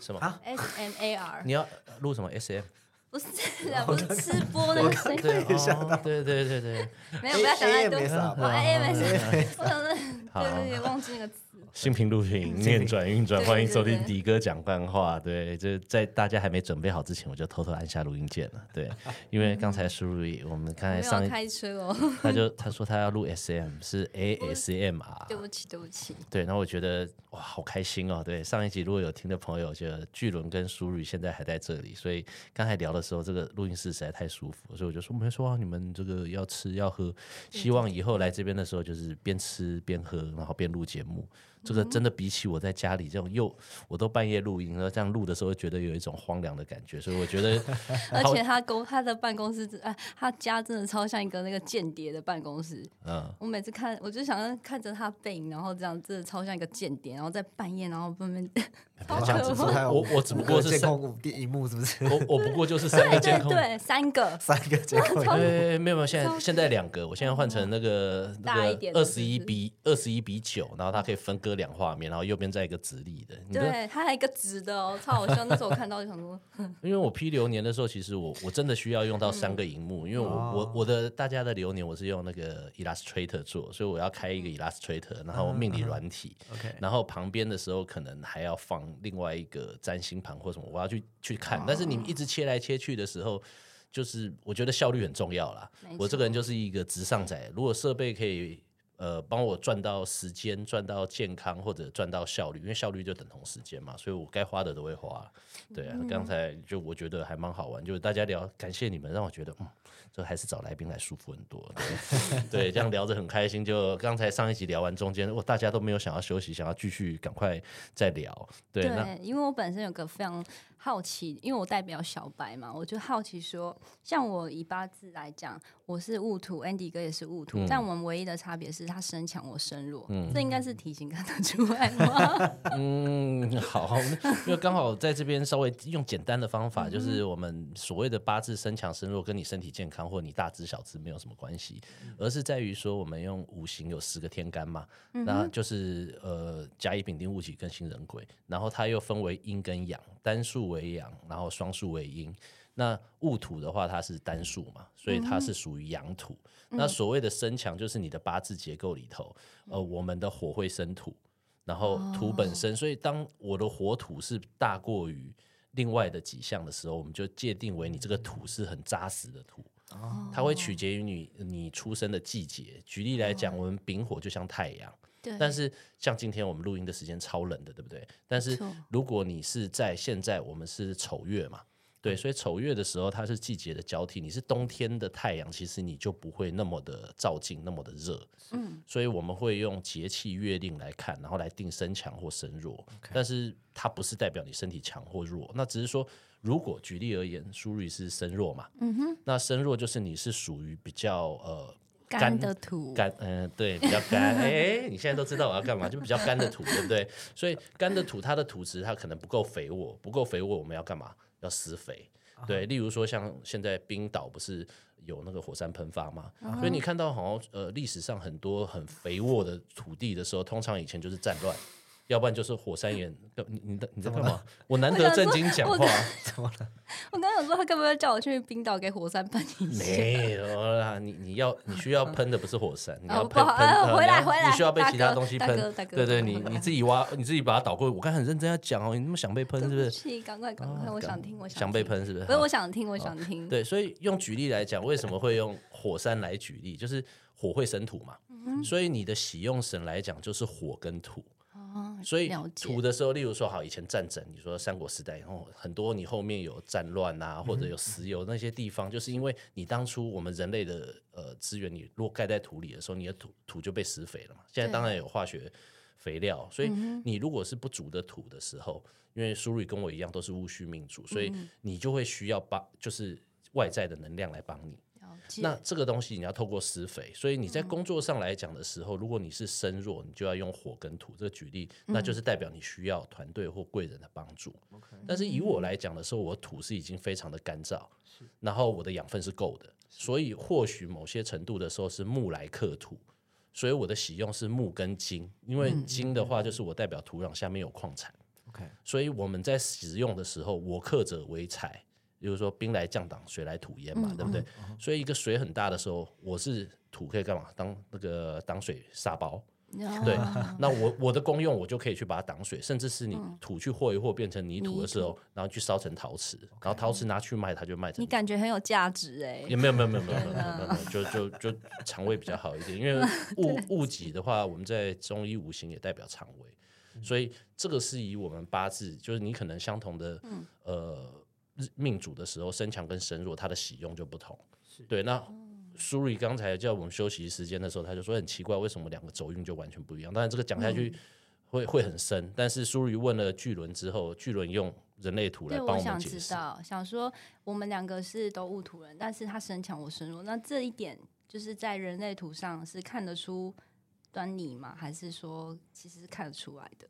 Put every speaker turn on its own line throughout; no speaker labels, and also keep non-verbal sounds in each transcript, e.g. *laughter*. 什么？
啊
S M A
*laughs*
R，
你要录什么 SM？
不是的，不是吃播那个声音，
对，
也 *laughs* 吓到
哦对对对对，
没有，不要想太多。
AMSR
我
吧
AMS，我想说，
好
对
*laughs*
对对，忘记那个词。
新平录屏，念转运 *laughs* 转，
对
欢迎收听
对对
迪哥讲干话。对，这在大家还没准备好之前，我就偷偷按下录音键了。对，因为刚才苏如意，我们刚才
没
哎上
有
一
开车哦，
他就他说他要录 SM，是 ASMR。
对不起，对不起。
对，然后我觉得哇，好开心哦！对，上一集如果有听的朋友，觉得巨轮跟苏瑞现在还在这里，所以刚才聊的时候，这个录音室实在太舒服，所以我就说没说啊，你们这个要吃要喝，希望以后来这边的时候，就是边吃边喝，然后边录节目。这个真的比起我在家里这种又我都半夜录音，然后这样录的时候，觉得有一种荒凉的感觉，所以我觉得
*laughs*
哎
而且他公他的办公室真，啊，他家真的超像一个那个间谍的办公室。
嗯。
我每次看，我就想要看着他背影，然后这样真的超像一个间谍，然后在半夜，然后慢慢超
这样子
可
说
怕。
还有
我我只不过是
*laughs* 监
三，我
控电荧幕是不是？ *laughs*
我不过就是三个
对
监
对
控
对，三个
三个监控
*laughs*
荧幕
对，哎没有没有，现在现在两个，我现在换成那个
哦大
那
一点
个二
的
十一比二十一比九，然后它可以分割两画面，然后右边再一个直立的。你知道，
对，他还有一个直的哦，超好笑。那时候我看到就想说，
因为我批流年的时候，其实我我真的需要用到三个荧
嗯
幕，因为我我我的大家的流年我是用那个 Illustrator 做，所以我要开一个
嗯
Illustrator，然后命理软体，
，OK，
然后旁边的时候可能还要放另外一个占星盘或什么，我要去去
哦
看。但是你一直切来切去的时候，就是我觉得效率很重要啦
没。
我这个人就是一个直上仔，如果设备可以呃帮我赚到时间、赚到健康或者赚到效率，因为效率就等同时间嘛，所以我该花的都会花。对啊，刚才就我觉得还蛮好玩，就是大家聊，感谢你们让我觉得嗯，这还是找来宾来舒服很多。对， *laughs* 对这样聊着很开心。就刚才上一集聊完中间，我大家都没有想要休息，想要继续赶快再聊。对，那
对，因为我本身有个非常好奇，因为我代表小白嘛，我就好奇说，像我以八字来讲，我是戊土，Andy 哥也是戊
嗯
土，但我们唯一的差别是他身强，我身弱，这应该是体型看得出来吗？ *laughs*
嗯，好，因为刚好在这边稍微用简单的方法，就是我们所谓的八字身强身弱，跟你身体健康或你大只小只没有什么关系，而是在于说我们用五行有十个天干嘛，那就是呃甲乙丙丁戊己庚辛壬癸，然后它又分为阴跟阳，单数为阳，然后双数为阴。那戊土的话，它是单数嘛，所以它是属于阳土。那所谓的身强，就是你的八字结构里头，呃，我们的火会生土，然后土
哦
本身，所以当我的火土是大过于另外的几项的时候，我们就界定为你这个土是很扎实的土。它会取决于你你出生的季节。举例来讲，我们丙火就像太阳，
哦对，
但是像今天我们录音的时间超冷的，对不对？但是
错
如果你是在现在，我们是丑月嘛，
嗯
对，所以丑月的时候它是季节的交替，你是冬天的太阳，其实你就不会那么的照进，那么的热，嗯，所以我们会用节气月令来看，然后来定身强或身弱但是它不是代表你身体强或弱，那只是说。如果举例而言，苏瑞是身弱嘛，嗯哼，那身弱就是你是属于比较呃
干的土，
干，嗯、对，比较干。哎、你现在都知道我要干嘛，就比较干的土， *laughs* 对不对？所以干的土，它的土质它可能不够肥沃，不够肥沃，我们要干嘛？要施肥。
啊
对，例如说像现在冰岛不是有那个火山喷发嘛，
啊
所以你看到好像呃历史上很多很肥沃的土地的时候，通常以前就是战
*laughs*
乱，要不然就是火山岩。 *laughs* 你你你在干嘛？我难得正经讲
我
话
想说我，我刚刚想说他干嘛要叫我去冰岛给火山喷一
*laughs*
下？
没有啦，你你要你需要喷的不是火山，你要
哦
喷喷
不好啊
呃
回
你
来
要
回来
你需要被
大
其他
哥
东西
大
喷
哥大。哥
对对，你你自己挖，你自己把它倒过。我刚才很认真要讲哦，你那么想被喷是不
对
是？
不起，赶快赶快，我想听，我
想
听
被，喷是不是？
不是我想听，我想
好
听，
对，所以用举例来讲，为什么会用火山来举例？就是火会生土嘛，所以你的喜用神来讲就是火跟土。
哦
所以
了解
土的时候，例如说好以前战争，你说三国时代，然后很多你后面有战乱啊，
嗯
或者有石油那些地方，就是因为你当初我们人类的呃资源，你落盖在土里的时候，你的土土就被施肥了嘛。现在当然有化学肥料，
嗯
所以你如果是不足的土的时候，因为苏瑞跟我一样都是戊戌命主，所
嗯
以你就会需要帮，就是外在的能量来帮你。
了解
那这个东西你要透过施肥，所以你在工作上来讲的时候，如果你是身弱，你就要用火跟土。这个举例，那就是代表你需要团队或贵人的帮助。但是以我来讲的时候，我土是已经非常的干燥，然后我的养分是够的，所以或许某些程度的时候是木来克土。所以我的喜用是木跟金，因为金的话就是我代表土壤下面有矿产，
OK，
所以我们在使用的时候，我克者为财，比如说兵来将挡，水来土掩嘛，对不对？所以一个水很大的时候，我是土可以干嘛？当那个挡水沙包。
哦
对， *laughs* 那我我的功用我就可以去把它挡水，甚至是你土去和一和变成泥土的时候，然后去烧成陶瓷，然后陶瓷拿去卖，它就卖成
你感觉很有价
*laughs*
值哎、
也没有没有没有没有没有没有没有，就就就肠胃比较好一点，因
*laughs*
为物物己的话，我们在中医五行也代表肠
嗯
胃，所以这个是以我们八字，就是你可能相同的、
嗯
呃日命主的时候，身强跟身弱，它的喜用就不同。对，那
哦
苏瑞刚才叫我们休息时间的时候，他就说很奇怪，为什么两个走运就完全不一样？当然这个讲下
嗯
去。会会很深，但是苏瑞问了巨轮之后，巨轮用人类图来
对，
帮
我
们
想
解
知
释。
道，想说我们两个是都戊土人，但是他身强我身弱，那这一点就是在人类图上是看得出端倪吗？还是说其实是看得出来的？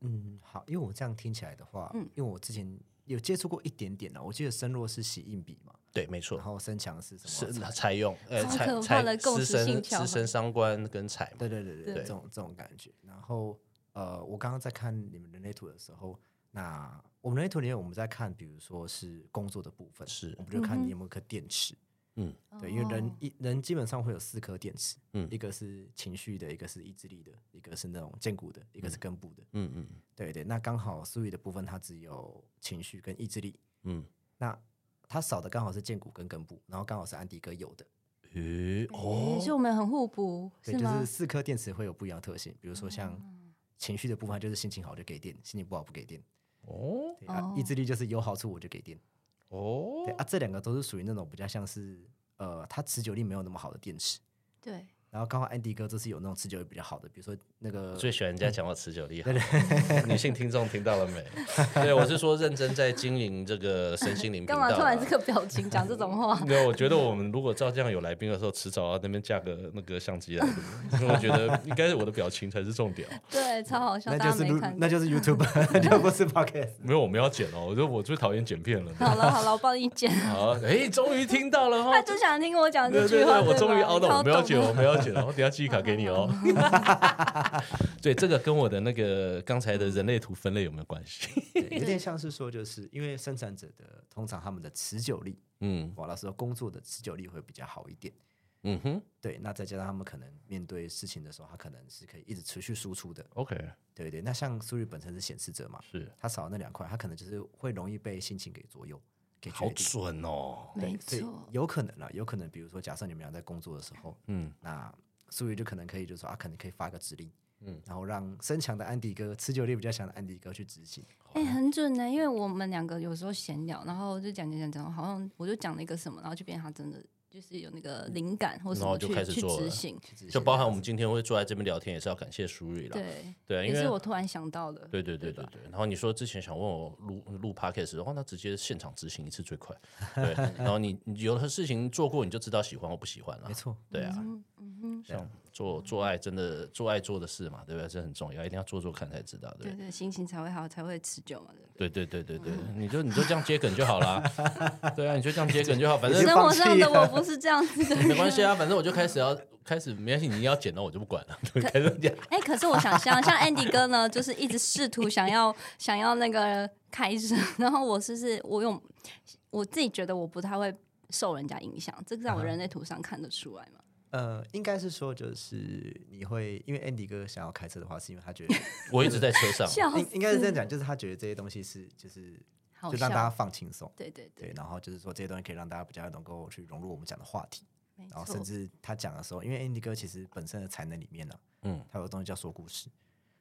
嗯，好，因为我这样听起来的话，
嗯
因为我之前有接触过一点点的，我记得深弱是喜印笔嘛，
对，没错
然。后生强是什
哦是
么？财
采用，呃，
好
采
可
采
怕的共
私
识性
生
巧合
私生伤官跟采嘛，
对对对对，
对
这种这种感觉。然后呃，我刚刚在看你们人类图的时候，那我们人类图里面我们在看，比如说是工作的部分，
是
我们就看你有没有颗电池。
嗯，
对，因为人
哦
一人基本上会有四颗电池，
嗯
一个是情绪的，一个是意志力的，一个是那种荐骨的，一个是根部的。
嗯嗯
对对，那刚好苏语的部分它只有情绪跟意志力，
嗯，
那它少的刚好是荐骨跟根部，然后刚好是安迪哥有的。
咦、
诶所以
哦，
我们很互补，
对，
是
就
吗？哦
是四颗电池会有不一样的特性，比如说像情绪的部分，它就是心情好就给电，心情不好不给电。
哦
对啊，
哦
意志力就是有好处我就给电。对
哦，
啊，这两个都是属于那种比较像是呃，它持久力没有那么好的电池。
对，
然后刚好安迪哥这次有那种持久力比较好的，比如说那个
最喜欢人家讲我持久力好，女性听众听到了没？对我是说认真在经营这个身心灵频
干
道
嘛
啦。？
突然这个表情讲这种话
*laughs* 对，我觉得我们如果照这样有来宾的时候，迟早要那边架个那个相机来录，因为我觉得应该是我的表情才是重点哦。
对，超好笑，
那
大
就
家
是
没
Lu-
看过
那。就是 YouTube，那 *laughs*
*laughs*
就不是 Podcast。
没有，我们要剪哦，我觉得我最讨厌剪片了。
好了好了，我帮你剪。 *laughs*
好，哎，终于听到了哦，
他就想听我讲这
对
句
对
话，
对，我终于熬到，我没有剪，
剪，
我没有剪，我等下记忆卡给你
*laughs*
哦。对，这个跟我的那个刚才的人类图分类有没有关系？
对有点像是说，就是因为生产者的通常他们的持久力，
嗯
我老实说，工作的持久力会比较好一点。
嗯哼
对，那再加上他们可能面对事情的时候，他可能是可以一直持续输出的。
，OK，
对对，那像苏玉本身是显示者嘛，
是
他少了那两块，他可能就是会容易被心情给左右，给决
好
定。
准哦。
没
所以
错，
有可能啊，有可能，比如说，假设你们俩在工作的时候，
嗯，
那苏玉就可能可以就说啊，可能可以发个指令，
嗯
嗯，然后让身强的安迪哥、持久力比较强的安迪哥去执行。
哎、很准呢、因为我们两个有时候闲聊，然后就讲讲讲讲，好像我就讲了一个什么，然后就变成他真的就是有那个灵感或什
然后
么
就
去
开始
去
做了
执行。
就包含我们今天会坐在这边聊天，也是要感谢淑瑞啦。
对，
对，啊因
也是
为
我突然想到的。
对对对对对。然后你说之前想问我录录 podcast，然后那直接现场执行一次最快。对，然后你你有的事情做过，你就知道喜欢或不喜欢了
没。错，
对啊，像做做爱真的做爱做的事嘛，对不对？这很重要，一定要做做看才知道，对不对
对？对，心情才会好，才会持久嘛。对不
对对对对对，你就你就这样接梗就好 *laughs* 啦。对啊，你就这样接梗就好，反正
对生活上的
放弃
我
了
不是这样子的 *laughs*
没
人。
关系啊，反正我就开始要开始，没关系，你要剪了我就不管了， *laughs* 对，开始剪。
哎、可是我想象，像 Andy 哥呢，就是一直试图想要想要那个开始，然后我是是我有我自己觉得我不太会受人家影响，这个在
啊
我人类图上看得出来嘛？
呃，应该是说就是你会，因为安迪哥想要开车的话，是因为他觉
*laughs*
得
我一直在车上，
笑死
应，应该是这样讲，就是他觉得这些东西是就是
哦好
就让大家
笑。
放轻松，
对对对
对，，然后就是说这些东西可以让大家比较能够去融入我们讲的话题，
没
然后
错
甚至他讲的时候，因为 Andy 哥其实本身的才能里面呢、
嗯
嗯，他有个东西叫说故事，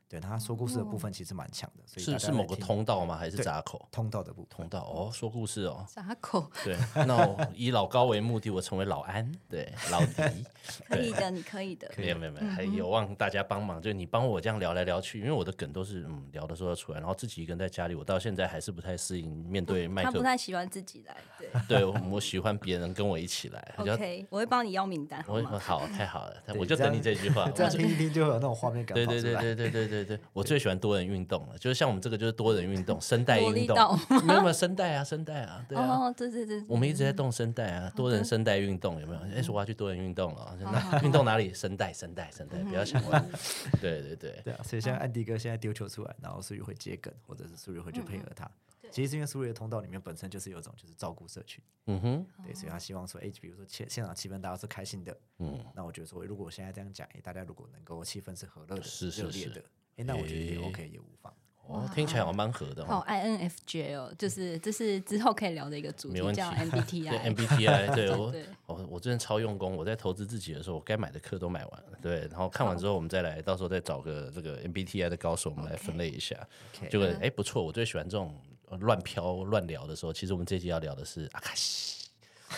对，他说故事的部分其实蛮强的，所以大
是是
家
某
来
个
听
通道吗？还是闸口？
通道的部分
通，道哦，说故事哦。
傻狗，
对，那我以老高为目的，我成为老安，对，老迪，
可以
对。
的，你可以的。
没有没有没有，还有望大家帮忙，就你帮我这样聊来聊去，因为我的梗都是嗯聊的时候要出来，然后自己一个人在家里，我到现在还是不太适应面对麦
他
克
不
风。
太喜欢自己来，对
对，我我喜欢别人跟我一起来， *laughs* 比较
，OK，我会帮你要名单，好
我
吗？
好，太好了，
对
我就等你
这
这句话。
这
我
样
就
听一听就会有那种画面感
对
跑
对
出
对
来。
对对对对对对，我最喜欢多人运动了，就是像我们这个就是多人运动，声带
萝
运
莉
动
岛，
没有没有声带啊，声带啊，对啊。
哦，对对对，对
我们一直在动声带啊，多人声带运动有没有？哎，说我要去多人运动了啊，
好好
那运动哪里？声带，声带，声带，不要想歪。对对对，
对啊，所以像安迪哥现在丢球出来，然后苏雨会接梗，或者是苏雨会去配合他。其实是因为苏雨的通道里面本身就是有一种就是照顾社群，
嗯哼，
对，所以他希望说，哎，比如说现现场气氛大家是开心的，
嗯，
那我觉得说，如果我现在这样讲，哎，大家如果能够气氛是和乐的、
是是
热烈
是
的，哎，那我觉得也
诶
OK，也无妨。
哦，听起来好像蛮合的
好
哦。
INFJ 哦，就是这是之后可以聊的一个主
没
题，
问题 *laughs*
叫
对
MBTI。
MBTI，对我
对
我我真的超用功，我在投资自己的时候，我该买的课都买完了，对，然后看完之后，我们再来，到时候再找个这个 MBTI 的高手，我们来分类一下。
OK
结果哎不错，我最喜欢这种呃乱飘乱聊的时候。其实我们这集要聊的是阿卡西，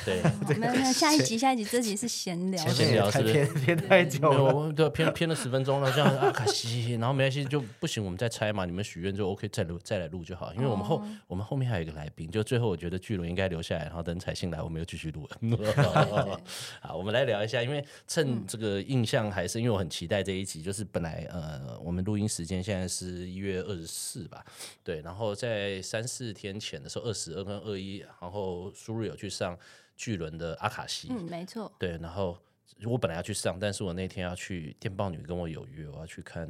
对，
好没有没有，下一集下一集，这集是闲聊
前，面聊是
太
不是
偏偏太久
没有，我
了，
们对偏偏了十分钟了，这样啊，可惜。然后没关系，就不行，我们再拆嘛。你们许愿就 OK，再录再来录就好。因为我
哦
们后、我们后面还有一个来宾，就最后我觉得巨轮应该留下来，然后等彩信来，我们又继续
*laughs*
录了。好，我们来聊一下，因为趁这个印象还是，因为我很期待这一集，就是本来呃，我们录音时间现在是一月二十四吧，对，然后在三四天前的时候，二十二跟二一，然后苏瑞有去上巨轮的阿卡西，
嗯，没错，
对，然后我本来要去上，但是我那天要去电报女跟我有约，我要去看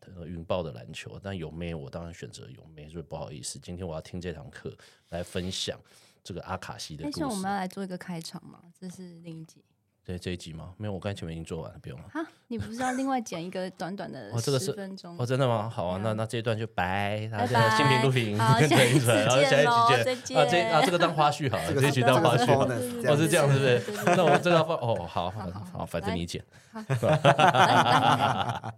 呃云豹的篮球，但有妹我当然选择有妹，所以不好意思，今天我要听这堂课来分享这个阿卡西的
但是
故
哎我们
事。
要来做一个开场嘛，这是另一集
对这一集吗？没有，我刚才前面已经做完了，不用了。
哈，你不是要另外剪一个短短的
哦这个是
十分钟
哦，？真的吗？好啊，那那这一段就拜，大
嗯拜
家
拜
性平录屏，
好下一次
然后
见
下一
咯
集
再
见。啊，这
见
啊这个当花絮好了，
哦
这一集当花
这个
絮。
是 bonus，这
哦，
样
是这样，是不
对对
是？那我这个要放哦，好，好，
好好
好，反正
来
你剪。
好来来来